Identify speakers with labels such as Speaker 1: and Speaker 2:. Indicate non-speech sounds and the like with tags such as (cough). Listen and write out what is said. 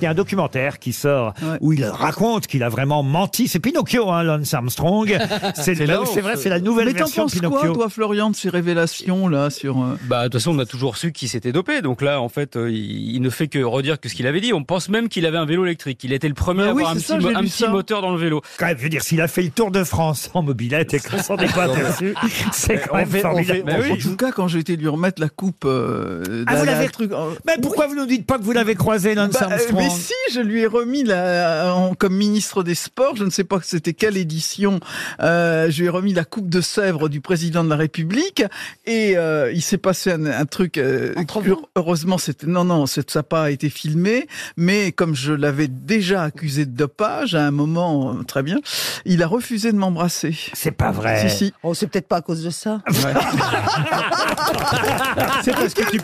Speaker 1: Il y a un documentaire qui sort où il raconte qu'il a vraiment menti. C'est Pinocchio, hein, Lance
Speaker 2: (laughs)
Speaker 1: Armstrong. C'est
Speaker 2: C'est là où
Speaker 1: c'est vrai,
Speaker 2: on se-
Speaker 1: c'est la nouvelle
Speaker 2: Mais t'en
Speaker 1: version de
Speaker 2: penses
Speaker 1: Pinocchio.
Speaker 2: quoi, toi, Florian, de ces révélations-là sur... euh,
Speaker 3: Bah, de toute façon, on a toujours su qu'il s'était dopé. Donc là, en fait, euh, il, il ne fait que redire que ce qu'il avait dit. On pense même qu'il avait un vélo électrique. Il était le premier
Speaker 2: Bah
Speaker 3: à
Speaker 2: oui,
Speaker 3: avoir un
Speaker 2: c'est
Speaker 3: petit,
Speaker 2: ça,
Speaker 3: mo-
Speaker 2: j'ai
Speaker 3: un
Speaker 2: lu
Speaker 3: petit
Speaker 2: ça.
Speaker 3: moteur dans le vélo.
Speaker 1: Quand même, je veux dire, s'il a fait le Tour de France en mobilette et qu'on s'en est
Speaker 3: (laughs)
Speaker 1: pas aperçu, c'est quand
Speaker 3: on
Speaker 1: même
Speaker 3: fait- on
Speaker 1: formidable.
Speaker 3: fait- mais
Speaker 2: En tout cas, quand j'ai été lui remettre la coupe... euh,
Speaker 1: Ah,
Speaker 2: la-
Speaker 1: vous
Speaker 2: la-
Speaker 1: l'avez
Speaker 2: truc, euh,
Speaker 1: Mais pourquoi vous ne nous dites pas que vous l'avez croisé, Lance
Speaker 2: Bah, euh,
Speaker 1: Armstrong
Speaker 2: mais si, je lui ai remis la, en- comme ministre des Sports, je ne sais pas que c'était quelle édition, euh, je lui ai remis la Coupe de Sèvres du président de la République et euh, il s'est passé un, un truc. euh, heure- heureusement, c'était non, non, c'est- ça n'a pas été filmé, mais comme je l'avais déjà accusé de dopage à un moment, euh, très bien, il a refusé de m'embrasser.
Speaker 1: C'est pas vrai.
Speaker 2: Si, si.
Speaker 4: Oh, c'est (laughs) peut-être pas à cause de ça.
Speaker 2: C'est parce que tu.